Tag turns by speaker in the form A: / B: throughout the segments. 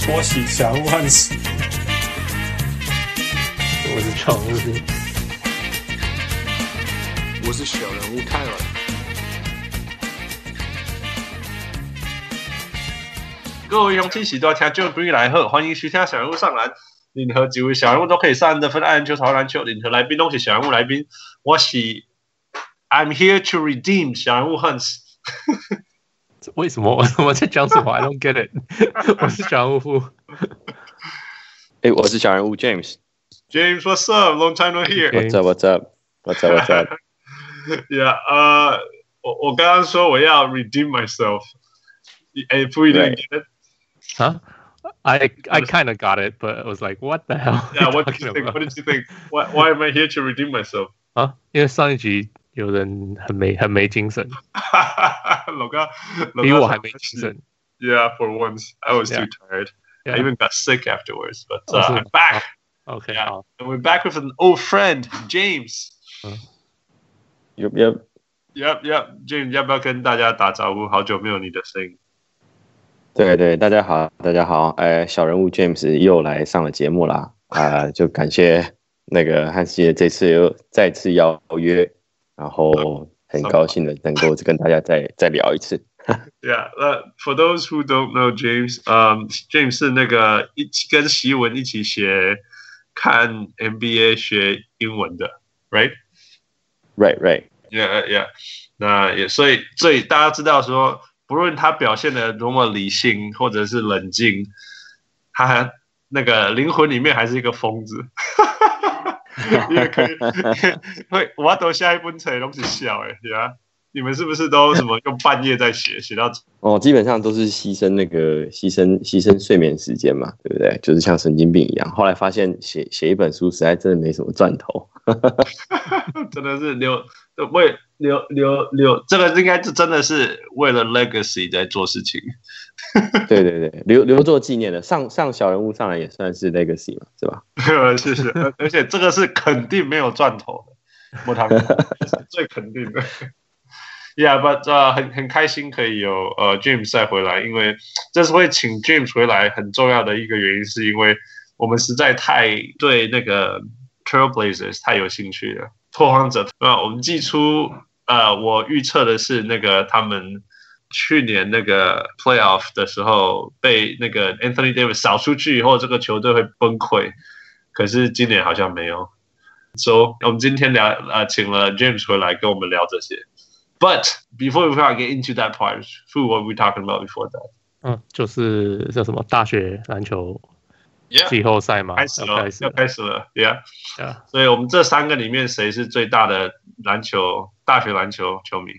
A: twice each hour once.
B: 我是常务兵，
C: 我是小人物泰尔。
D: 各位雄起喜多听就不来喝，欢迎徐听小人物上篮。任何几位小人物都可以上得分，爱篮球、潮篮球，任何来宾都是小人物来宾。我是 I'm here to redeem 小人物 Hans。
B: 为什么我在讲什么？I don't get it 。我是常务副，
E: 哎、我是小人物 James。
D: James, what's up? Long time no hear.
B: Okay
E: What's up? What's up? What's up? What's up?
D: Yeah，呃，我我刚刚说我要 redeem myself，哎，不一定
E: Right.
D: get it。
B: huh? I I kind of got it, but I was like, what the hell? are you
D: Yeah, what did
B: talking
D: you think?
B: about?
D: What did you think? Why why am I here to redeem myself？
B: 啊，因为上一集有人很没很没精 神，
D: 老哥，老
B: 比
D: 哥
B: 我还没精神。
D: Yeah, for once, I was
B: Yeah.
D: too tired. I
B: Yeah.
D: even got sick afterwards, but uh,
B: Also-
D: I'm back,
B: OK，
D: Yeah.
B: 好，
D: and we're back with an old friend, James.
E: Yup, yup.
D: Yep, yep. James，要不要跟大家打招呼？好久没有你的声音。
E: 对对，大家好，大家好。哎，小人物 James 又来上了节目啦。啊、就感谢那个汉斯杰这次又再次邀约，然后很高兴的能够跟大家再再聊一次。
D: Yeah, uh, for those who don't know James, um, James 是那个一起跟习文一起学看 NBA 学英文的，right?
E: Right, right.
D: Yeah, yeah. 那也所以所以大家知道说，不论他表现的多么理性或者是冷静，他还那个灵魂里面还是一个疯子。 因为可以，会我要都下一本册都是笑哎，yeah. 你们是不是都什么用半夜在写，写到
E: 哦，基本上都是牺牲那个牺牲牺牲睡眠时间嘛，对不对？就是像神经病一样。后来发现写写一本书实在真的没什么赚头。
D: 真的是留为留留留，这个应该是真的是为了 legacy 在做事情。
E: 对对对，留留作纪念的。上上小人物上来也算是 legacy 嘛，是吧？
D: 谢谢，而而且这个是肯定没有赚头的，莫唐是最肯定的。Yeah, but 呃、很很开心可以有呃 James 再回来，因为这是会请 James 回来很重要的一个原因，是因为我们实在太对那个 Trailblazers 太有兴趣了，拓荒者。那我们寄出呃，我预测的是那个他们去年那个 Playoff 的时候被那个 Anthony Davis 扫出去以后，这个球队会崩溃。可是今年好像没有。So 我们今天聊呃，请了 James 回来跟我们聊这些。But before we get into that part, who were we talking about before that?
B: 嗯，就是叫什么大学篮球
D: Yeah，
B: 季后赛嘛，
D: 开始
B: 要
D: 了
B: 开，始
D: 要
B: 了
D: 开始了，Yeah。
B: Yeah
D: 所以我们这三个里面，谁是最大的篮球大学篮球球迷？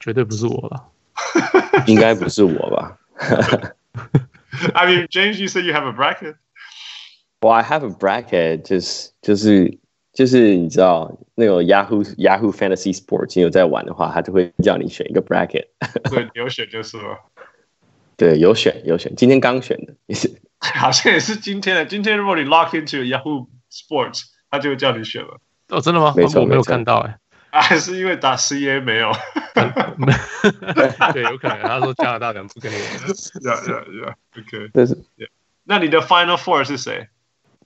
B: 绝对不是我了。
E: 应该不是我吧
D: I mean, James, you said you have a bracket.
E: 我 I have a bracket，就是就是就是你知道那种 Yahoo Yahoo Fantasy Sports，你有在玩的话，他就会叫你选一个 bracket。
D: 对，你有选就是了。
E: 对，有选有选，今天刚选的， 也是
D: 好像也是今天的。今天如果你 log into Yahoo Sports，他就会叫你选了。
B: 哦，真的吗？
E: 没错
B: 我没有
E: 没错
B: 看到 哎、
D: 还是因为打 CA 没有
B: 对，有可能他说加拿大人不跟你玩。
D: ？Yeah, yeah, yeah. OK，
E: 但是
D: 那你的 Final Four 是谁？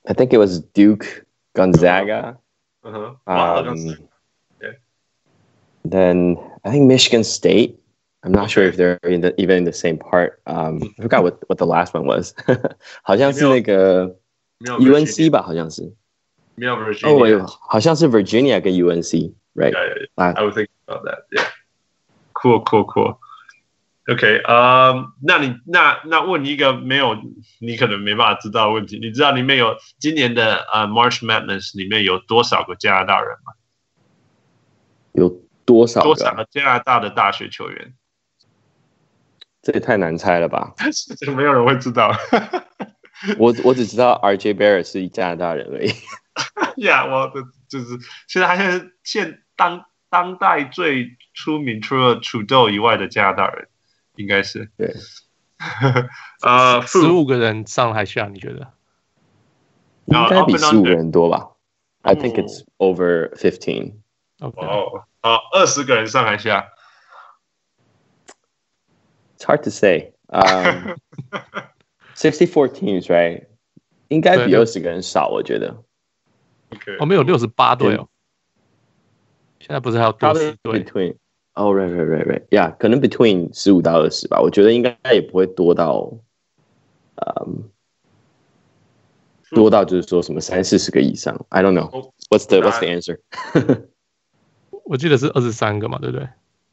E: I think it was Duke Gonzaga
D: 嗯哼，
E: 啊、
D: 哇
E: um,。
D: Okay.
E: Then I think Michigan State. I'm not sure if they're in the, even in the same part. Um, I forgot what, what the last one was. 好像是那个
D: 没有 Oh, Virginia，
E: UNC 吧，好像是。
D: 没有 Virginia。
E: 哦，我有，好像是 Virginia 跟
D: Yeah,
E: UNC，right？
D: yeah, yeah.
E: 啊
D: I was thinking about that. Yeah. Cool, cool, cool. OK，嗯、那你那那问一个没有你可能没办法知道的问题，你知道里面有今年的呃、March Madness 里面有多少个加拿大人吗？
E: 有多少
D: 多
E: 个
D: 少
E: 啊？
D: 个加拿大的大学球员？
E: 这也太难猜 了吧！
D: 但是这个没有人会知道。
E: 我我只知道 RJ Barrett 是加拿大人而已。
D: yeah，我的就是现在他现在是现当当代最出名，除了土豆以外的加拿大人，应该是
E: 对。
D: 呃，
B: 十
D: Fu，
B: 五个人上还下，你觉得？
E: 应该比
D: Open
E: 十五个人多吧？I think it's
D: Oh。
E: over fifteen。
B: OK，
D: 哦，好，二十个人上海下。
E: It's hard to say. Um, Sixty-four teams, right？应该比
B: 对
E: 二十个人少，我觉得。
D: OK，
B: 哦，没有六十八队哦。现在不是还有多十队？
E: between 哦、oh,，right right right right yeah，可能 between 十五到二十吧，我觉得应该也不会多到，呃、多到就是说什么三四十个以上，I don't know
D: 哦
E: what's the what's
D: 那
E: the answer？
B: 我记得是二十三个嘛，对不对？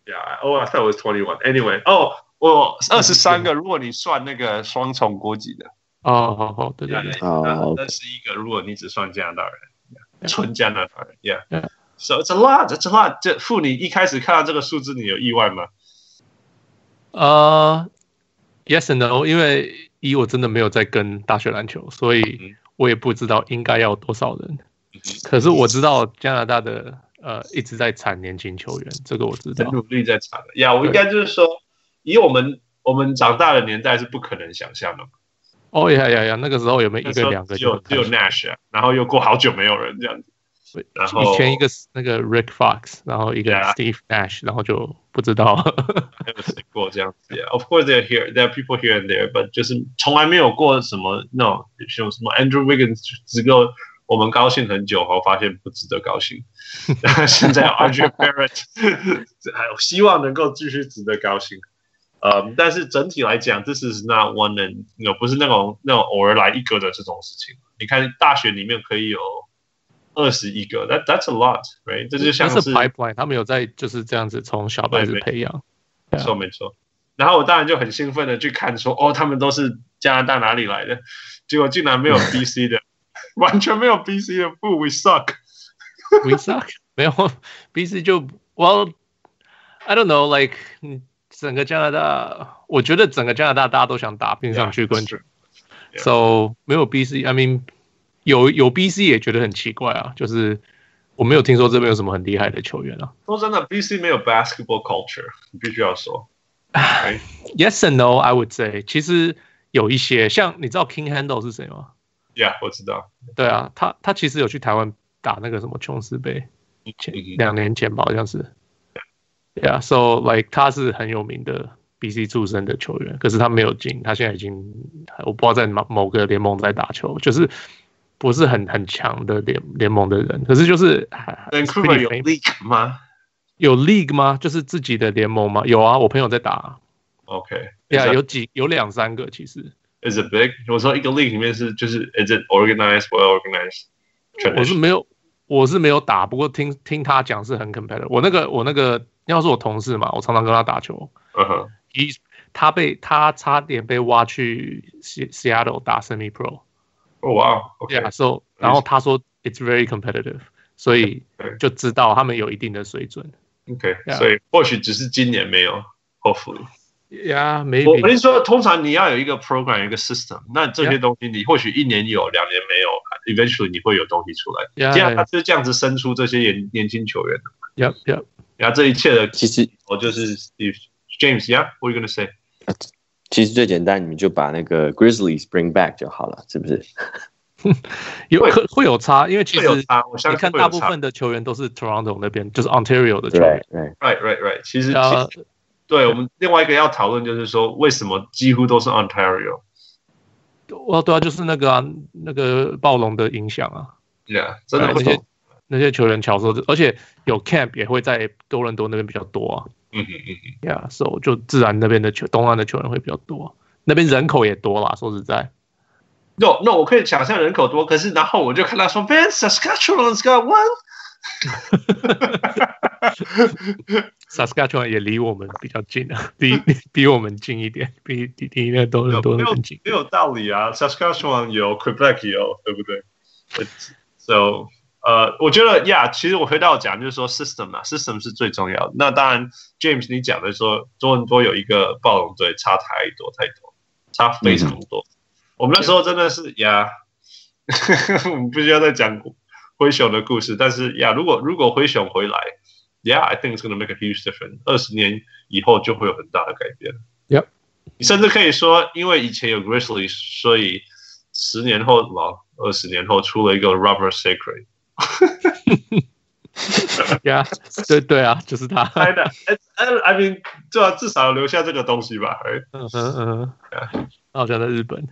D: Yeah. Oh, I thought it was twenty one. Anyway. 哦，我二十三个，如果你算那个双重国籍的，
B: 哦，好好，对对对，
E: 哦
D: 那
E: ，OK
D: 是一个，如果你只算加拿大人，纯加拿大人，Yeah.
B: Yeah.
D: So it's a lot. It's a lot. 这妇女一开始看到这个数字，你有意外吗？
B: 呃、y e s and no，因为一我真的没有在跟大学篮球，所以
D: 嗯
B: 我也不知道应该要多少人。可是我知道加拿大的呃一直在产年轻球员，这个我知
D: 很
B: 道。
D: 努力在查的。呀、yeah,，我应该就是说，以我们我们长大的年代是不可能想象的嘛。
B: 哦呀呀呀，那个时候有没有
D: 那
B: 一
D: 时
B: 个
D: 候
B: 两个
D: 只
B: 就
D: 有
B: 很
D: 只有
B: 开心
D: Nash，、啊、然后又过好久没有人这样子。
B: 对
D: 然后啊
B: 以前一个那个 Rick Fox，然后一个
D: Yeah
B: Steve Nash，然后就不知道。
D: 还有谁过这样子？Yeah, of course they're here, there are people here and there, but 就是从来没有过什么那种有什么 Andrew Wiggins 只够我们高兴很久后，发现不值得高兴。 现在 Andre Barrett 还有希望能够继续值得高兴。呃，但是整体来讲，this is not one and 有不是那种那种偶尔来一个的这种事情。你看大学里面可以有二十一个，that that's a lot，right？这就像
B: 但是 Pipeline 他们有在就是这样子从小开始
D: 对没
B: 培养。
D: 没错没错。然后我当然就很兴奋的去看说，哦，他们都是加拿大哪里来的？结果竟然 没有 BC 的，完全没有 BC 的，不，we suck。
B: We suck，没 有 BC 就 Well，I don't know，like 嗯整个加拿大，我觉得整个加拿大大家都想打拼上去冠军
D: Yeah.
B: ，so 没有 BC，I mean 有有 BC 也觉得很奇怪啊，就是我没有听说这边有什么很厉害的球员啊。
D: 说真的，BC 没有 basketball culture，你必须要说。
B: Yes and no，I would say 其实有一些像你知道 King Handle 是谁吗？
D: Yeah，我知道。
B: 对啊，他他其实有去台湾打那个什么琼斯杯，前
D: 嗯
B: 两年前吧，好像是。Yeah，so like 他是很有名的 BC 出身的球员，可是他没有进，他现在已经我不知道在某某个联盟在打球，就是不是很很强的联联盟的人，可是就是啊 it's
D: Vancouver
B: pretty
D: 有
B: famous
D: league 吗
B: 有 league 吗？就是自己的联盟吗？有啊，我朋友在打啊。
D: ？OK，
B: 对
D: Is
B: 啊，
D: that-
B: 有几有两三个其实，
D: Is it big？我说一个 league 里面是就是 Is it organized, well organized？
B: 我是没有，我是没有打，不过听听他讲是很 competitive。我那个我那个要是我同事嘛，我常常跟他打球，
D: 嗯哼，
B: 一他被他差点被挖去 Se- Seattle 打 semi pro，
D: 哦哇，OK，
B: yeah，so 然后他说 it's very competitive，所以
D: 对
B: 就知道他们有一定的水准。
D: OK，
B: Yeah
D: 所以或许只是今年没有，Hopefully。
B: Yeah,
D: 我我跟
B: maybe.
D: 你说，通常你要有一个 program，有一个 system，那这些
B: Yeah.
D: 东西你或许一年有，两年没有，eventually 你会有东西出来。
B: Yeah,
D: 这样他
B: yeah,
D: 就是这样子生出这些年年轻球员的。
B: yeah, yeah.
D: 然后这一切的，
E: 其实
D: 我就是 Steve James，Yeah，what you gonna say？
E: 其实最简单，你们就把那个 Grizzlies bring back 就好了，是不是？
B: 有
D: 会
B: 会会有差，因为其
D: 会
B: 实
D: 有差，我相
B: 你
D: 信
B: 看
D: 会有
B: 大部
D: 差。
B: 分的球员都是 Toronto 那边，就是 Ontario 的球
E: 对
B: 员。
E: 对
D: Right，right，right。其实，其
B: 呃
D: 实，对我们另外一个要讨论就是说，为什么几乎都是 Ontario？
B: 哦，对啊，就是那个啊，那个暴龙的影响啊。
D: Yeah，真
B: 对
D: 的会
B: 那些那些球员巧手，而且有 camp 也会在多伦多那边比较多啊。
D: 嗯哼嗯哼。
B: Yeah，所、以就自然那边的球东岸的球员会比较多，那边人口也多啦。说实在，
D: No No，我可以想象人口多，可是然后我就看他说，Man Saskatchewan's got one 。
B: Saskatchewan 也离我们比较近啊， 离比我们近一点，比比比那个多伦多那边近。
D: 没有道理啊，Saskatchewan 有，Quebec 也有，对不对？It's-？So 呃，我觉得呀其实我回到讲就是说 system 啊，system 是最重要的。那当然，James 你讲的说多伦多有一个暴龙队，差太多太多，差非常多。我们那时候真的是呀 我们不需要再讲灰熊的故事，但是呀如果如果灰熊回来，Yeah，I think it's gonna make a huge difference。二十年以后就会有很大的改变。你甚至可以说，因为以前有 Grizzly，所以十年后，老二十年后出了一个 Rubber Sacred。
B: Yeah，对对啊，就是 他。
D: I 哎 I mean，对啊，至少留下这个东西吧。
B: 嗯嗯嗯，他好像在日本。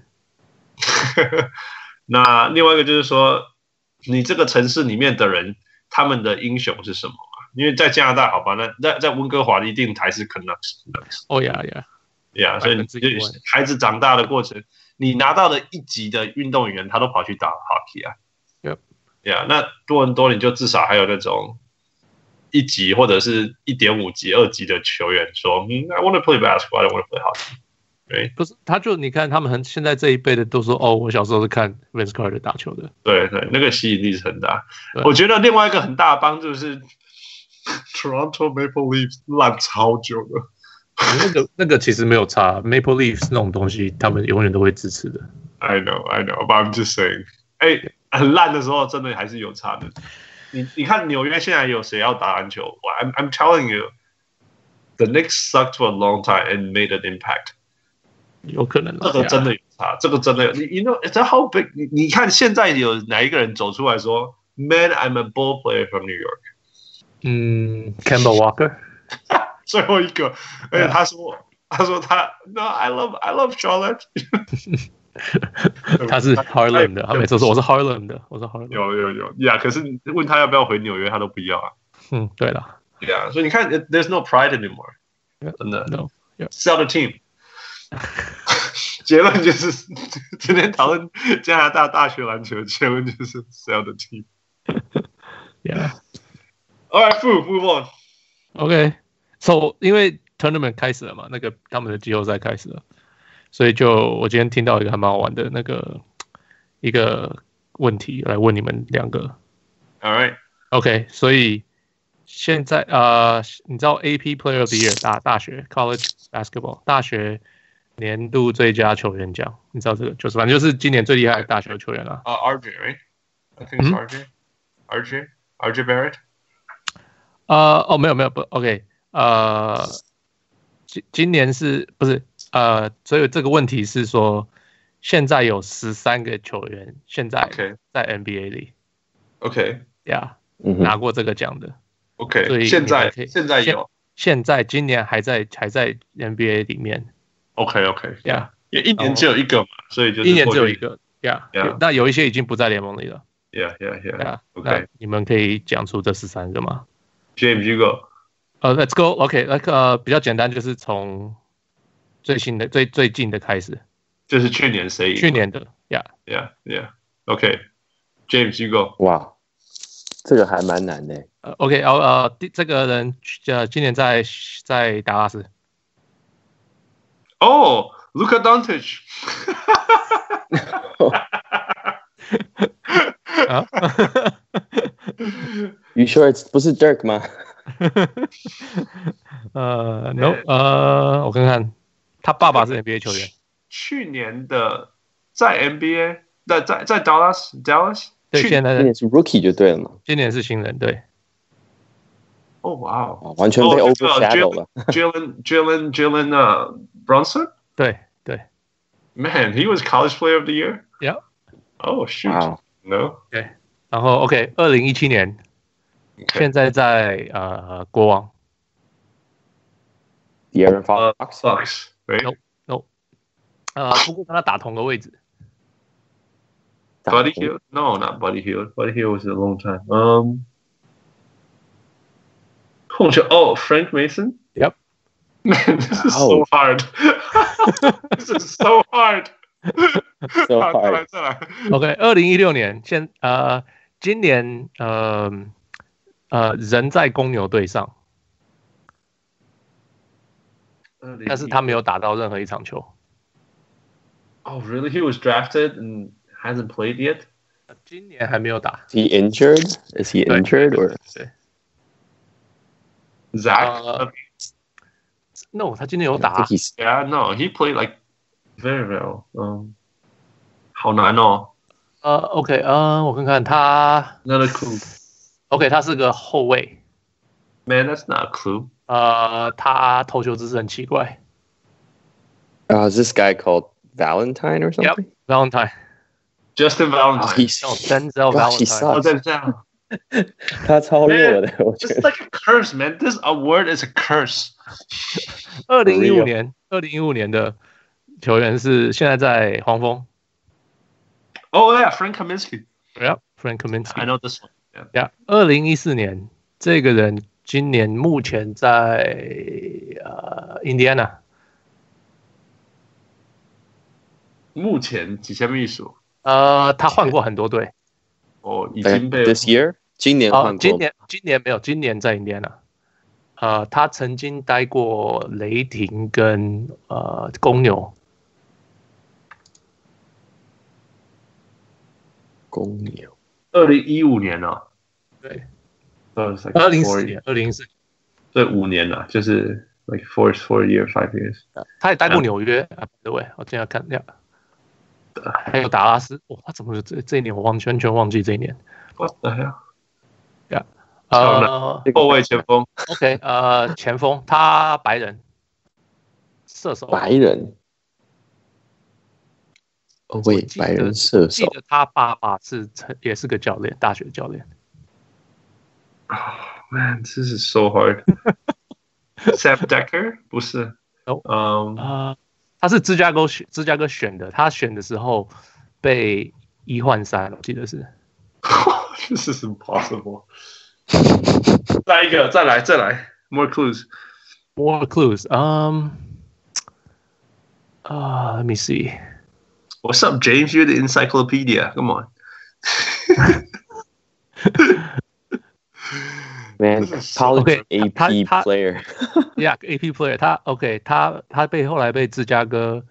D: 那另外一个就是说，你这个城市里面的人，他们的英雄是什么嘛？因为在加拿大，好吧，那在在温哥华一定还是 Canucks，Canucks，
B: 哦呀呀，
D: 呀，所以你
B: 100%
D: 就孩子长大的过程，你拿到了一级的运动员，他都跑去打 hockey 啊
B: Yep
D: 呀，那多伦多你就至少还有那种一级或者是一点五级、二级的球员说，嗯，I want to play basketball, I want to play hockey，对
B: 不是，他就你看他们很现在这一辈的都说哦，我小时候是看 Vince Carter 打球的，
D: 对对，那个吸引力是很大
B: 对。
D: 我觉得另外一个很大的帮助是 Toronto Maple Leafs 烂超久了。
B: 那个那个其实没有差，Maple Leafs 那种东西他们永远都会支持的。
D: I know, I know, but I'm just saying，哎、很烂的时候真的还是有差的。你你看纽约现在有谁要打篮球我？I'm I'm telling you, the Knicks sucked for a long time and made an impact。
B: 有可能啦
D: 这个真的有差，这个真的有。你 you know it's a how big？你你看现在有哪一个人走出来说，Man, I'm a ball player from New York？
B: 嗯，Campbell Walker， 。
D: 最后一个，而且他说他说他 No, I love I love Charlotte
B: 他是 Harlem 的，他每次说我是 Harlem 的，我是 Harlem。
D: 有有有呀可是问他要不要回纽约，他都不要啊。
B: 嗯，对了
D: Yeah, so you can there's no pride anymore.
B: Yeah.
D: And the
B: ，No，
D: sell the team. 结论就是， 今天讨论加拿大大学篮球，结论就是 sell the team。
B: Yeah，OK，So
D: All right, move move on.
B: 因为 Tournament 开始了嘛，那个他们的季后赛开始了，所以就我今天听到一个还蛮好玩的那个一个问题来问你们两个，
D: All right,
B: OK，所以现在呃，你知道 AP Player of the Year 大大学 College Basketball 大学年度最佳球员奖，你知道这个就是反正就是今年最厉害的大学球员啦。
D: uh, RJ, right? I think it's
B: 嗯
D: RJ, RJ, RJ Barrett.
B: 呃，哦，没有没有不 OK，呃，今今年是不是呃？所以这个问题是说，现在有十三个球员现在
D: OK
B: 在 NBA 里
D: OK
B: 呀、
E: 嗯
B: yeah,
E: 哼，
B: 拿过这个奖的。所
D: OK，
B: 以
D: 现在
B: 你还可以
D: 现在有
B: 现在今年还在还在 NBA 里面
D: OK OK，
B: 呀。Yeah
D: 因为一年只有一个嘛，所以就是
B: 一年只有
D: 过
B: 一
D: 去。
B: 个呀。
D: Yeah
B: 有那有一些已经不在联盟里了
D: Yeah yeah yeah.
B: 呀。
D: OK
B: 那你们可以讲出这十三个吗？
D: James, you go.
B: 呃，Let's go。OK，那个呃比较简单，就是从最新的最最近的开始，
D: 就是去年谁赢？
B: 去年的呀。
D: Yeah yeah. OK, James, you go.
E: 哇，这个还蛮难的。
B: 呃，OK，然后呃，第这个人呃今年在在达拉斯，
D: 哦，Luka Oh, Doncic，
B: 啊
E: You sure it's 不是 Dirk 吗？
B: 呃，No，呃，我看看，他爸爸是 NBA 球员，
D: 去年的在 NBA，在在在 Dallas Dallas，
B: 对，
D: 去
B: 现
E: 今
B: 在
E: 年是 Rookie 就对了嘛，
B: 今年是新人，对，
D: 哦哇哦
E: 啊，完全被
D: 哦这个
E: overshadow 了。
D: Oh, ，Jalen Jalen Jalen 呃 Brunson，man
B: 对对
D: he was college player of the year。
B: Yeah.
D: Oh shoot
E: 哇哦，
D: no
B: 对，然后 OK，二零一七年
D: OK
B: 现在在呃国王。
E: d a r o n
D: 呃
E: Fox，
D: Fox
B: No.
D: right
B: 呃，不过跟他打同个位置。
D: Buddy Hill no not Buddy Hill Buddy Hill was a long time um 控球哦 oh, Frank Mason
B: Yep.
D: man this is so
E: Wow.
D: hard this is so hard
E: So
D: 好再来
E: hard，
D: 再来
B: OK，二零一六年现呃，今年呃呃人在公牛队上，但是他没有打到任何一场球。
D: Oh, really? He was drafted and hasn't played yet?
B: 今年还没有打。
E: Is he injured? Is he
B: 对
E: injured or
B: 对
D: Zach?
B: Uh,，No，他今年有
E: I
B: 打
E: think。he's
D: yeah, no, he played like very well. Um, 好难哦。
B: 呃，OK，呃，我看看他
D: Another clue.
B: ，OK，他是个后卫。
D: Man, that's not a clue.
B: 呃，他投球姿势很奇怪。
E: uh, is this guy called Valentine or
B: Yep.
E: something?
B: Valentine，
D: Justin
E: Oh,
D: Valentine.
E: he's
B: 那种 Denzel
E: Gosh, he
B: Valentine。
D: Oh,
E: sucks.
D: that's down.
E: 他超弱 的，我觉
D: It's
E: 得。
D: like a curse, man. This award is a curse.
B: 二零一五年，二零一五年的球员是现在在黄蜂。
D: Oh yeah, Frank Kaminsky.
B: Yeah, Frank Kaminsky
D: I。know this one.
B: 呀，二零一四年，这个人今年目前在呃 Indiana，
D: 目前几项秘书
B: 呃，他换过很多队，
D: 哦，已经被
E: this year 今年
B: 啊，
E: 换
B: 今
E: 过，
B: 年今年没有，今年在 Indiana，呃，他曾经待过雷霆跟呃公牛，
E: 公牛
D: 二零一五年了。
B: 对，
D: 呃，是
B: 二零四年，二零四，
D: 对五年了，就是 uh, like four four year five years。
B: 他也待过纽约啊，各位，我今天看一下，还有达拉斯，哇，他怎么有这这一年我忘全全忘记这一年，
D: What the hell？超 Oh,
B: 呃
D: 后卫前锋
B: OK，呃，前锋他白人，射手，
E: 白人，哦喂
B: 记，得
E: 白人射
B: 记
E: 手
B: 得他爸爸是曾也是个教练，大学教练。
D: ，Man，this is so hard。Sam Decker 不是，
B: No
D: 嗯，
B: 啊，他是芝加哥选芝加哥选的，他选的时候被一换三，我记得是。
D: this is impossible。再一个，再来，再来，more clues。
B: More clues. Um. 啊、l e t me see.
D: What's up, James? You're the encyclopedia. Come on.
E: ，man
D: This is so-
E: college
B: OK，他
E: AP
B: 他
E: player，
B: Yeah, AP player. 他 OK，他他被后来被芝加哥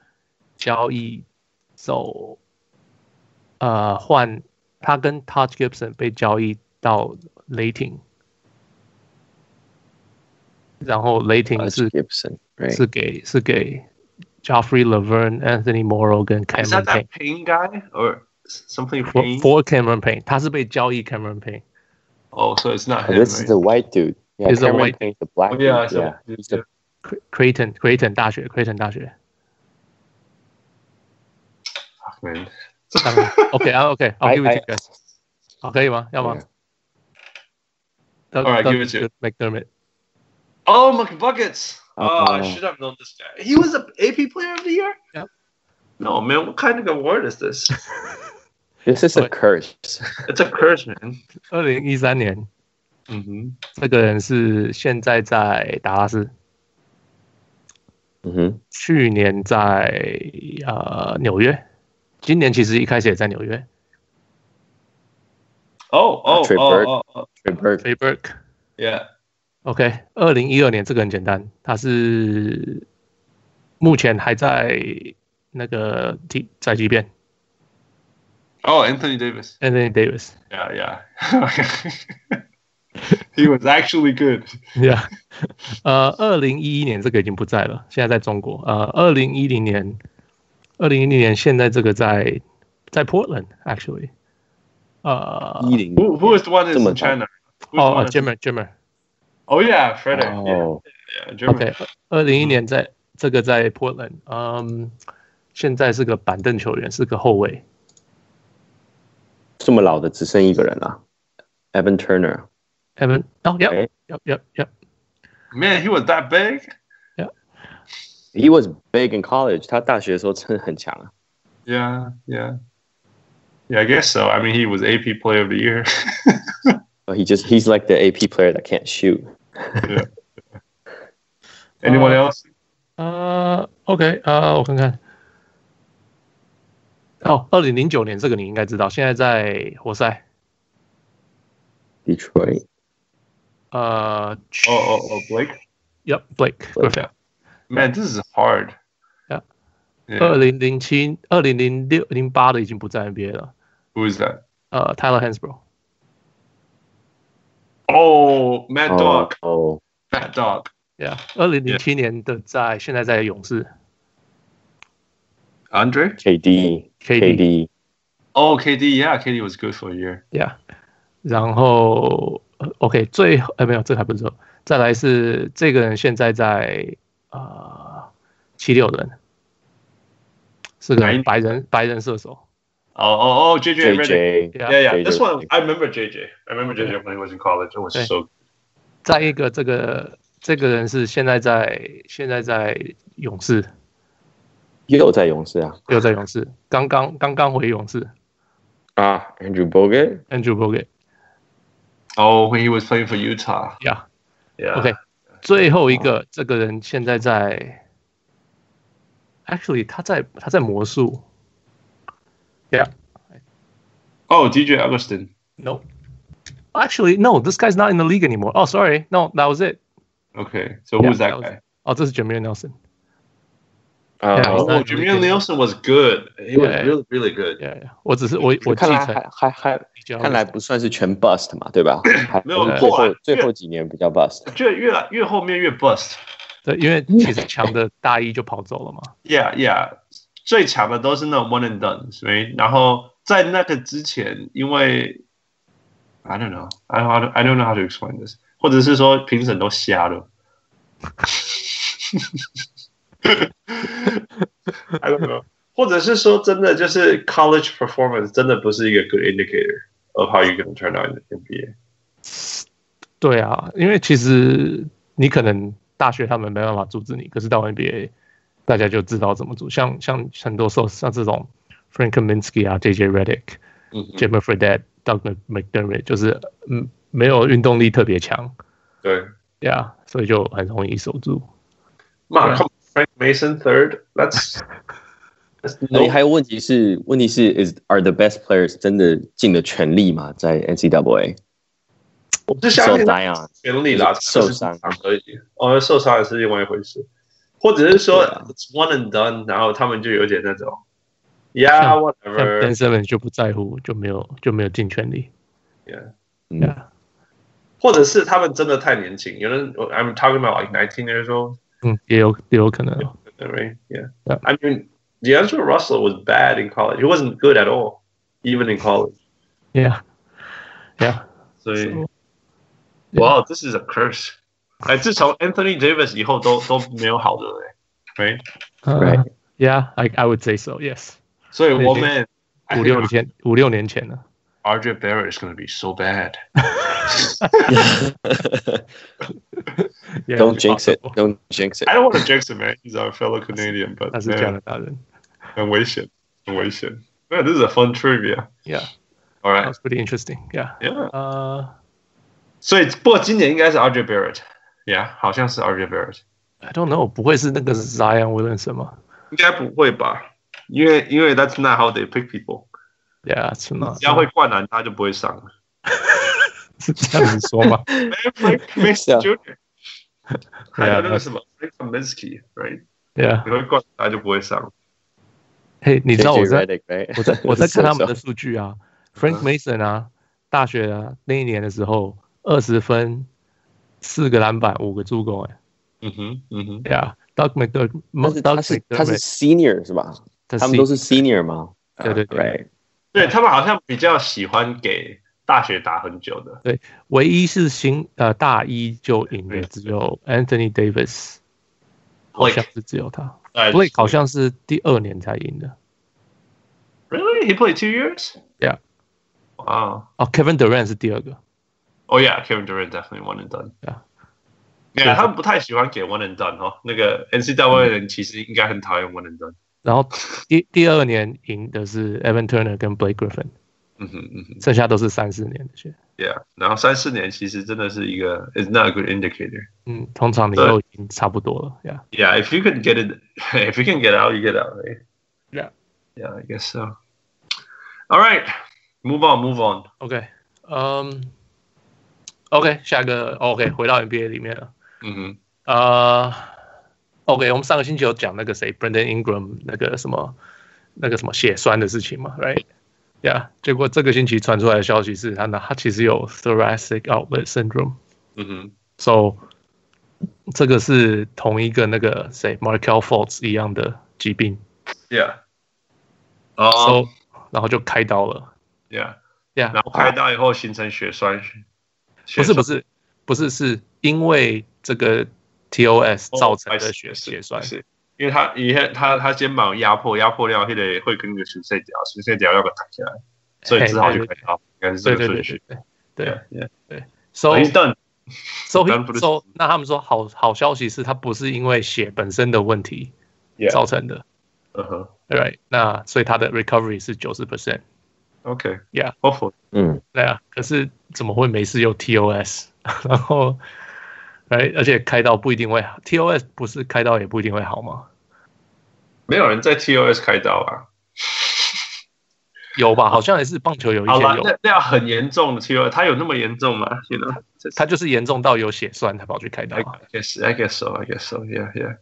B: 交易走，呃，换他跟 Todd Gibson 被交易到雷霆，然后雷霆
E: Taj
B: 是
E: Gibson，right？
B: 是给是给 Joffrey Laverne、Anthony Morrow 跟
D: Is
B: Cameron
D: that that
B: Payne。
D: pain guy or something
B: For,
D: pain?
B: for Cameron Payne，他是被交易 Cameron Payne。
D: Oh, so it's not him.
E: This is
D: right?
E: the white dude. Yeah,
B: He's a
E: Cameron
B: white-
E: Payne's a black
D: Oh,
E: dude.
D: yeah, so-
E: Yeah, he's a
B: Creighton Creighton 大学 Creighton 大学。
D: Fuck, man.
B: OK 啊 OK，I'll
E: I-
B: give it to
E: I-
B: you guys。好，可以吗？要吗
E: Yeah.？
B: All
D: Alright, give it to you.
B: McDermott.
D: Oh, McBuckets. Oh, I
E: Oh.
D: should have known this guy. He was an AP Player of the Year.
B: Yep.
D: No, man. What kind of award is this?
E: This is a
B: Wait.
E: curse.
D: it's a curse, man.
B: 二零一三年，
D: Mm-hmm.
B: 这个人是现在在达拉斯，
E: 嗯
B: 去年在呃纽约，今年其实一开始也在纽约。
D: Oh, oh,
E: Trey Burke.
D: oh, oh, oh,
E: 哼 Bird
B: Trey Burke。
D: yeah.
B: OK，二零一二年这个很简单，他是目前还在那个第在几遍
D: Oh, Anthony Davis.
B: Anthony Davis。
D: Yeah, yeah. he was actually good.
B: Yeah，呃，二零一一年这个已经不在了，现在在中国。呃，二零一零年，二零一零年现在这个在在 Portland actually，呃，
E: 一零
D: Who, who is the one that's in
E: Someone-
D: China? Who's the
B: 哦
D: one
B: 哦
D: that's-
B: ，Jimmer Jimmer，OK，、
D: Oh, yeah, Frederick. Yeah,
E: 哦
D: yeah, German.
B: 二零一年在这个在 Portland，嗯，现在是个板凳球员，是个后卫。
E: 这么老的只剩一个人了，Evan Turner。
B: Evan，哦
E: 哎
B: ，Yep，Yep，Yep，Yep，
D: Man, he was that big?
E: He was big in college，他大学的时候真的很强啊。
D: Yeah, yeah. Yeah, I guess so. I mean, he was AP Player of the Year.
E: But he just he's like the AP player that can't shoot.
D: Anyone
B: Uh,
D: else?
B: 呃，OK，呃，我看看。哦，二零零九年这个你应该知道，现在在活塞。
E: Detroit
B: 呃
D: Oh, oh, oh, Blake.
B: ，Yep Blake Griffin。
D: Man, this is hard.
B: Yeah. Oh.
D: Yeah.
B: 二零零七、二零零六、零八的已经不在 NBA 了。
D: Who is that?
B: 呃，Tyler Hansbrough。
D: Oh, Mad Dog.
E: 哦
D: Mad Dog.
B: Yeah，二零零七年的在现在在勇士
D: Andre?
E: KD
B: KD。
D: Oh, KD. Yeah, KD was good for a year.
B: Yeah，然后呃 OK 最后呃没有这个还不是最后，再来是这个人现在在呃七六人，是个
D: 哪一
B: 白人白人射手。
D: Oh, oh, oh, JJ. Redick.
E: JJ
D: Yeah, yeah.
E: JJ
D: This one,
E: Redick.
D: I remember JJ. I remember JJ when he was in college. It was
B: Yeah.
D: so.
B: 再一个，这个这个人是现在在现在在勇士，
E: 又在勇士啊
B: 又在勇士，刚刚刚刚回勇士。
E: 啊，Andrew Bogut，
B: Andrew Bogut。
D: Oh, when he was playing for Utah.
B: Yeah.
D: Yeah.
B: OK，最后一个，这个人现在在，actually 他在他在魔术。Yeah.
D: Oh, DJ Augustin.
B: No. Actually, no. This guy's not in the league anymore. Oh, sorry. No, that was it.
D: Okay. So who's
B: Yeah,
D: that,
B: that was-
D: guy?
B: 哦，这是 Jameer Nelson。
E: 啊，
B: Yeah, he's
D: Oh,
B: not in the
D: Jameel
B: league.
D: Nelson was good. He was
B: Yeah.
D: really, really good.
B: Yeah, yeah. 我只是我我记
E: 看来
B: 成
E: 还还还
B: 比较
E: 看来不算是全 bust 嘛，对吧？还
D: 没有
E: 还是最
D: 后来
E: 后最后几年比较 bust。
D: 就越来越后面越 bust。
B: 对，因为其实强的大一就跑走了嘛。
D: Yeah, yeah，最强的都是那种 one and done，所以然后在那个之前，因为 I don't know, I don't, I don't- I don't know how to explain this，或者是说评审都 瞎了。I don't know，或者是说真的就是 college performance 真的不是一个 good indicator of how you're going to turn out in the NBA。
B: 对啊，因为其实你可能大学他们没办法阻止你，可是到 NBA 大家就知道怎么做。像像很多时候像这种 Frank Kaminsky 啊、JJ Redick、
D: 嗯哼，
B: Jimmy Fredette、Doug McDermott，就是嗯没有运动力特别强，
D: 对。
B: 对啊，所以就很容易守住。
D: Ma,
B: Yeah.
D: come on, Frank Mason third. That's that's
E: 而
D: no
E: 且还有问题是，问题是 is are the best players 真的尽了全力吗？在 NCAA
D: 我不是相
E: 受
D: 信
E: Zion
D: 全力啦，
E: 受伤
D: 而已。哦，受伤也是另外一回事，或者是说、
E: 对啊
D: it's one and done，然后他们就有点那种
B: 像
D: ，Yeah
B: 像 Ben
D: whatever，
B: Simmons 就不在乎，就没有就没有尽全力。
D: Yeah
E: 嗯
B: Yeah
D: 或者是他们真的太年轻，有人 I'm talking about like nineteen years old，
B: 嗯，也有也有可能哦。
D: right？Yeah.
B: Yeah.
D: I mean, D'Angelo Russell was bad in college. He wasn't good at all, even in college.
B: Yeah, yeah.
D: 所以
B: So-
D: Wow, this is a curse. 哎，自从 Anthony Davis 以后都都没有好的嘞、r i g h t
B: Uh,
E: Right.
B: Yeah, I I would say so. Yes.
D: 所以
B: 对
D: 我们
B: 五六年前，五六年前了。
D: RJ Barrett is going to be so bad.
B: Yeah,
E: don't jinx it,
B: possible.
E: don't jinx it
D: I。don't want to jinx him, man. He's our fellow Canadian, but
B: 他是加
D: man,
B: 拿大人。
D: 很危险，很危险。Man, this is a fun trivia.
B: Yeah, that
D: All right,
B: was pretty interesting. Yeah. Uh,
D: yeah.
B: 呃、
D: 所以不过今年应该是 RJ Barrett。Yeah，好像是 RJ Barrett，
B: i don't know，不会是那个 Zion Williamson 吗
D: 应该不会吧？因为因为 that's not how they pick people。
B: ？Yeah，是吗？
D: 只 要会灌篮，他就不会上了。
B: 是这样子说吗
D: Man, Frank m i s
E: 是啊
D: Junior，还啊有那个
B: ？Yeah，Yeah。
D: 什么 Frank Kaminsky，right？
B: Yeah.
D: 你会灌篮，他就不会上。
B: 嘿、你知道我
E: JJ
B: 在
E: Redick，right？
B: 我在我 在看他们的
E: 受
B: 数据啊，Frank uh, Mason uh, 啊，大学啊那一年的时候，二十分，四个篮板，五个助攻、哎
D: 嗯哼，嗯哼，
B: ，Yeah，Doug McDermott，
E: 伤，但是他是
B: Doug
E: 他是
B: McDermott，
E: senior 是吧？
B: 他
E: 他们都是 senior 吗？啊
B: 对对对
E: Right
D: 对他们好像比较喜欢给大学打很久的。
B: 唯一是新呃大一就赢的只有 Anthony Davis，好
D: Blake
B: 像是只有他。
D: 哎
B: Blake 好像是第二年才赢的。
D: Really? He played two years?
B: Yeah.
D: Wow.
B: 哦，Kevin Durant 是第二个。
D: Oh yeah, Kevin Durant definitely one and done.
B: Yeah.
D: Yeah, 他们不太喜欢给 one and done 哈、哦。那个 NCAA 人其实应该很讨厌 one and done。
B: 然后第第二年赢的是 Evan Turner 跟 Blake Griffin，
D: 嗯哼嗯哼
B: 剩下都是三四年的选。
D: ，Yeah。然后三四年其实真的是一个 is not a good indicator.
B: 嗯，通常你
D: 对
B: 都已经差不多了，Yeah。
D: Yeah, if you can get it, if you can get out, you get out, right?
B: Yeah.
D: Yeah, I guess so. All right, move on, move on.
B: OK，嗯，OK，下一个 OK 回到 NBA 里面了。
D: 嗯哼，
B: 呃，OK，我们上个星期有讲那个谁，Brandon Ingram 那个什么那个什么血栓的事情嘛，Right？Yeah，结果这个星期传出来的消息是他呢，他其实有 thoracic outlet syndrome，so
D: 嗯哼，
B: 这个是同一个那个谁 Markel Fultz 一样的疾病
D: ，Yeah。哦、
B: ，so 然后就开刀了
D: Yeah，
B: ，Yeah，
D: 然后开刀以后形成血栓，
B: 不
D: 不
B: 是不是不是是因为这个 TOS
D: Oh,
B: 造成的血血栓，
D: 哦是因为他以前他他肩膀有压迫压迫掉，那个会跟那个胸椎角胸椎角要不要弹起来，所以只好就开刀，应该是这
B: 对对
D: 个
B: 对
D: 顺序
B: 对。对对
D: Yeah，yeah
B: ，so
D: Oh, He's done.
B: So he,
D: 丹佛的
B: so 那他们说好好消息是他不是因为血本身的问题
D: Yeah，Uh-huh.
B: 造成的
D: 嗯哼
B: ，right？那所以他的 recovery 是九十 percent。
D: OK
B: Yeah.
D: hopefully
E: 嗯，
B: 对啊，可是怎么会没事又 TOS？然 后，哎，而且开刀不一定会好，TOS 不是开刀也不一定会好吗？
D: 没有人在 TOS 开刀啊。
B: 有吧？好像也是棒球有一
D: 好
B: 些
D: 吧，
B: 有，
D: 那那要很严重的 TOS，他有那么严重吗？You know，
B: 他就是严重到有血栓，他跑去开刀
D: I。I guess I guess so I guess so yeah yeah.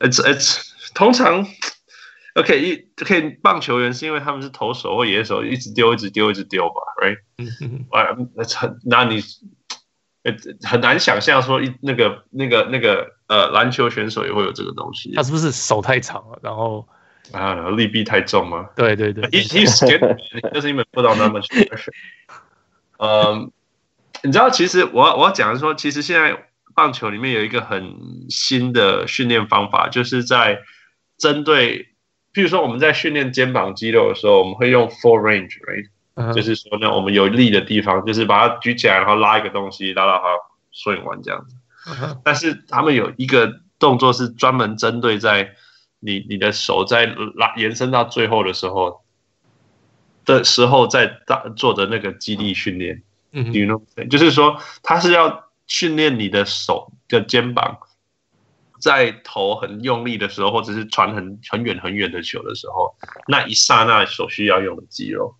D: It's it's 通常 OK 一 OK 棒球员是因为他们是投手或野手，一直丢一直丢一直丢吧，right？
B: 嗯嗯，
D: 啊，那很那你呃很难想象说一那个那个那个呃篮球选手也会有这个东西
B: 他是不是手太长了？然后，
D: 啊，然后利弊太重吗？
B: 对对 对，
D: He- He's scared doesn't even put on that much pressure. 嗯，你知道，其实我要我要讲的是说，其实现在棒球里面有一个很新的训练方法，就是在针对，譬如说我们在训练肩膀肌肉的时候，我们会用 full range，right？、
B: 嗯
D: 呃就是说呢，我们有力的地方，就是把它举起来，然后拉一个东西，拉到它swing 完这样子。
B: 嗯
D: 但是他们有一个动作是专门针对在你你的手在拉延伸到最后的时候的时候在大做的那个肌力训练
B: 嗯
D: ，you know，what I'm saying？就是说它是要训练你的手的肩膀，在投很用力的时候，或者是传很很远很远的球的时候，那一刹那所需要用的肌肉，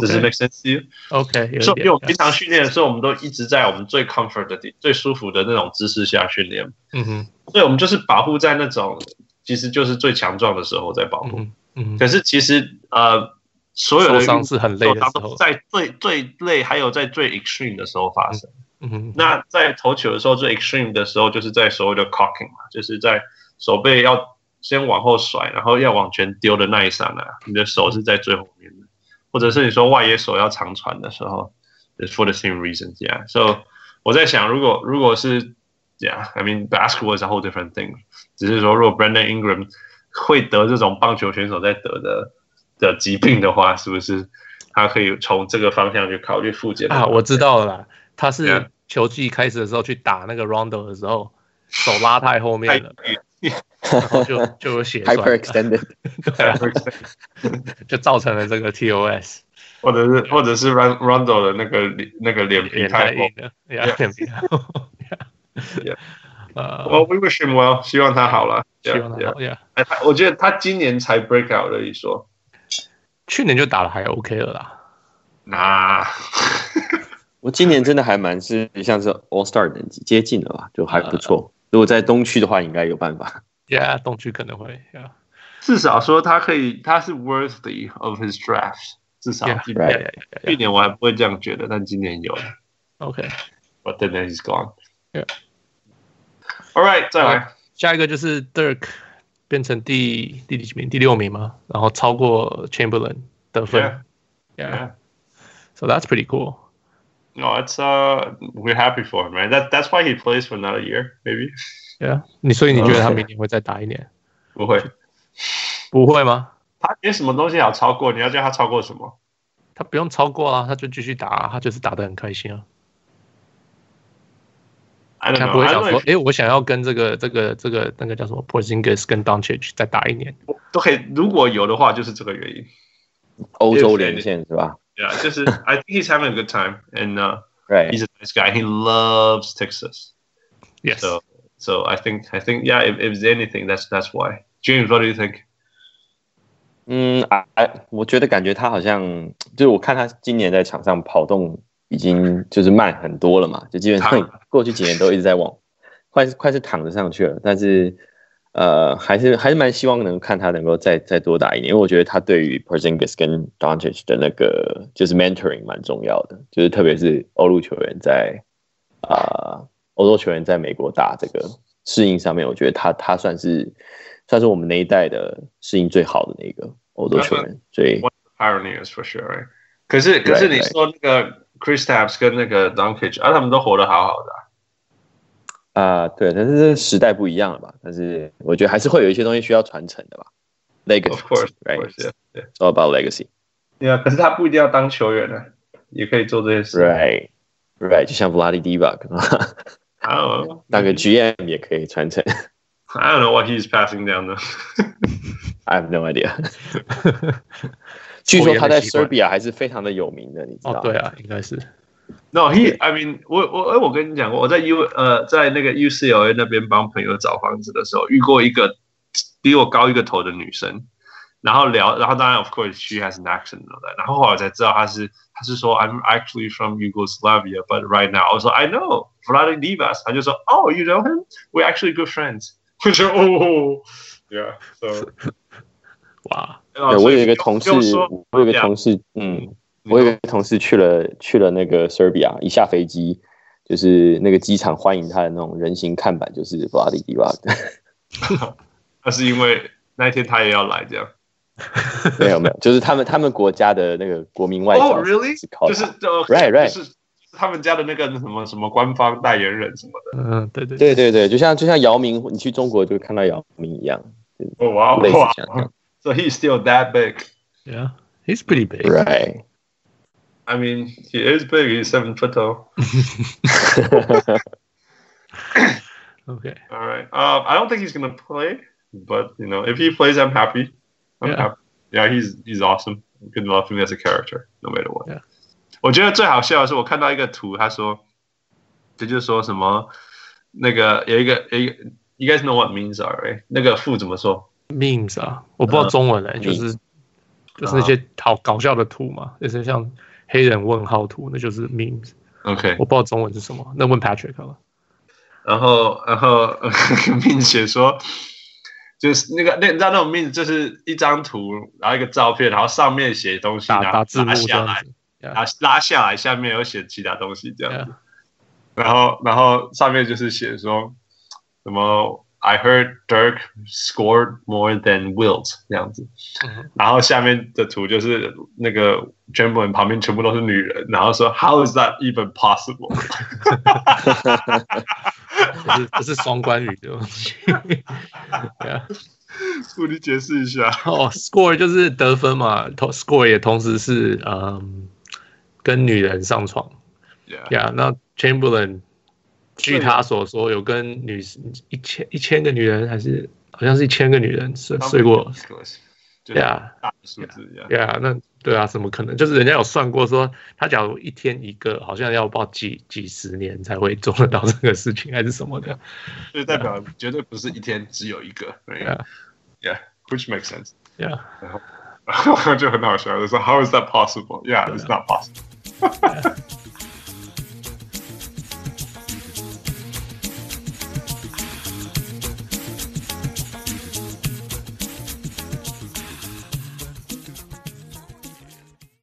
D: 这是
B: ，OK
D: make sense to you？
B: 嗯 OK，有
D: 所
B: 一
D: 以，因为我们
B: 点
D: 平，常训练的时候，我们都一直在我们最 comfort 的地、最舒服的那种姿势下训练，
B: 嗯哼
D: 所以我们就是保护在那种其实就是最强壮的时候在保
B: 嗯
D: 护。
B: 哼嗯
D: 可
B: 哼，
D: 是其实呃，所有
B: 受
D: 的运
B: 伤是很累
D: 受
B: 的
D: 伤
B: 时
D: 都
B: 候，
D: 在最最累，还有在最 extreme 的时候发生。
B: 嗯哼
D: 那在投球的时候，最 extreme 的时候，就是在所谓的 cocking 嘛，就是在手背要先往后甩，然后要往前丢的那一刹那，你的手是在最后面的，或者是你说外野手要长传的时候，it's，for the same reasons yeah。So 我在想，如果如果是 yeah，I mean basketball is a whole different thing，只是说如果 Brandon Ingram 会得这种棒球选手在得的的疾病的话，是不是他可以从这个方向去考虑复健
B: 啊，我知道了啦，他
D: Yeah
B: 是球季开始的时候去打那个 Rondo 的时候，手拉太后
D: 太
B: 面了，然后就就有血栓，
E: hyper extended，
B: 对啊，就造成了这个 TOS
D: 或者是或者是 Run Rondo 的那个脸那个脸皮
B: 脸太
D: 太厚
B: 硬。了，呀，脸皮太厚，呀
D: Yeah
B: 呃，
D: Well, we wish him well，希望他好了。
B: 希望他
D: Yeah,
B: 好呀。
D: yeah. 哎他我觉得他今年才 break out 而已，说
B: 去年就打的还 OK 了啦，
D: 那
E: 我今年真的还蛮是像是 All Star 等级接近了吧，就还不
B: 呃
E: 错。如果在东区的话，应该有办法。
B: 呀，东区可能会呀，
D: 至少说他可以，他是 worthy of his draft。至少
B: Yeah,
D: 今
B: 呀
E: right.
D: 年
B: 呀
D: 去
B: 呀
D: 年我还不会这样觉得，但今年有了。
B: ，OK。
D: But then he's gone.
B: Yeah.
D: All right，再来。
B: 下一个就是 Dirk 变成第第几名？第六名嘛，然后超过 Chamberlain 得分
D: Yeah.
B: Yeah. So that's pretty cool.
D: No, it's uh, we're happy for him, right? That that's why he plays for another year, maybe.
B: Yeah，你所以你觉得他
E: Okay.
B: 明年会再打一年？
D: 不会，
B: 不会吗？
D: 他没什么东西好超过，你要叫他超过什么？
B: 他不用超过啊，他就继续打、啊，他就是打得很开心啊。
D: I don't
B: 他
D: know.
B: 不会
D: I
B: 想
D: don't
B: 说
D: know，if-
B: 诶，我想要跟这个这个这个那个叫什么 Porzingis 跟 Doncic 再打一年。
D: 都可以，如果有的话，就是这个原因。
E: 欧洲连线是吧
D: Yeah，就是 I think he's having a good time and、uh,
E: ？Right，
D: he's a nice guy. He loves Texas.
B: Yes，
D: So so I think I think yeah, if, if there's anything, that's that's why. James, what do you think?
E: 嗯啊，哎我觉得感觉他好像就是我看他今年在场上跑动已经就是慢很多了嘛，就基本
D: 躺
E: 上过去几年都一直在往快快是躺着上去了，但是呃还是还是蛮希望能看他能够再再多打一年，因为我觉得他对于 Porzingis 跟 Doncic 的那个就是 mentoring 蛮重要的，就是特别是欧陆球员在啊、欧洲球员在美国打这个适应上面，我觉得他他算是算是我们那一代的适应最好的那个欧洲球员，所以
D: Pioneers for sure. Right? 可是可是
E: Right,
D: 你
E: right.
D: 说那个 Chris Tapps 跟那个 Doncic 啊，他们都活得好好的啊、
E: 啊、对，但是这时代不一样了吧？但是我觉得还是会有一些东西需要传承的吧。
D: Of course, of
E: Legacy，right？
D: course, yeah.
E: It's all about legacy。
D: 对啊，可是他不一定要当球员呢、也可以做这些事。
E: Right, right，就像 Vladi Divac，
D: I don't know.
E: 当个 GM 也可以传承。
D: I don't know what he's passing down though.
E: I have no idea。据说他在 Serbia 还是非常的有名的，你知道
B: 哦
E: 吗？，
B: 对啊，应该是
D: No, he. I mean，我我哎，我跟你讲过，我在 U 呃，在那个 UCLA 那边帮朋友找房子的时候，遇过一个比我高一个头的女生，然后聊，然后当然 of course she has an accent and all that，然后后来我才知道她是她是说 I'm actually from Yugoslavia, but right now，我说 I know Vladan Divas，她就说 Oh, you know him? We're actually good friends。我 就哦，Yeah, so
B: 哇，
D: 啊
E: 对，我有一个同事
D: 不用说，
E: 我有一个
D: 这样
E: 同事，嗯，我有一个同事去了去了那个 Serbia，一下飞机就是那个机场欢迎他的那种人形看板，就是 v l a d i v a
D: 那是因为那一天她也要来这样。
E: 没有没有，就是他们他们国家的那个国民外交
D: 哦，really？Oh,
E: 是靠
D: 就
E: 他
D: 是呃
E: Right, right
D: 就是他们家的那个什么什么官方代言人什么的。
B: 嗯，对对，
E: 对对对，就像就像姚明，你去中国就看到姚明一样，
D: 哦，哇
E: 类似
D: 哇
E: 像这样
D: ！So he's still that big.
B: ，Yeah，he's 啊 pretty big，
E: ，right？
D: I mean, he is big. He's seven foot tall.
B: OK，
D: All right. Um, I don't think he's gonna play, but you know, if he plays, I'm happy. I'm
B: Yeah.
D: happy. Yeah, he's he's awesome. Good love him as a character, no matter what.
B: Yeah.
D: 我觉得最好笑的是，我看到一个图，他说，这就是说什么那个有一个有一个，you guys know what means are right？那个负怎么说？
B: memes 啊，我不知道中文嘞、
E: 嗯
B: 就是就是那些
D: 嗯
B: 好搞笑的图嘛，就是像黑人问号图，那就是 memes。
D: OK，
B: 我不知道中文是什么，那问 Patrick 好了。
D: 然后然后 并且说，就是那个那你知道那种命就是一张图，然后一个照片，然后上面写东西，
B: 打
D: 然后
B: 打字幕
D: 拉
B: 这
D: 下
B: 样
D: 来，
B: 子。
D: 然后拉下来，下面有写其他东西这样
B: Yeah,
D: 然后然后上面就是写说什么 I heard Dirk scored more than Wilt 这样子
B: 嗯哼，
D: 然后下面的图就是那个 g e m b l i n 旁边全部都是女人，然后说 How is that even possible？
B: 这是这是双关语 哦的东西。yeah.
D: 助理解释一下。
B: 哦、s c o r e 就是得分嘛，同 score 也同时是嗯跟女人上床。
D: Yeah.
B: Yeah，那 Chamberlain 据他所说有跟女一千一千个女人还是好像是一千个女人睡睡过。
D: 对
B: Yeah。
D: 大的数字一样。
B: 对啊，那对啊，怎么可能？就是人家有算过说，他假如一天一个，好像要报几几十年才会做得到这个事情，还是什么的。
D: 所以代表绝对不是一天只有一个。
B: Yeah.
D: Yeah，which makes sense 。
B: Yeah，
D: 然后就很好笑，就说 How is that possible？Yeah，it's not possible。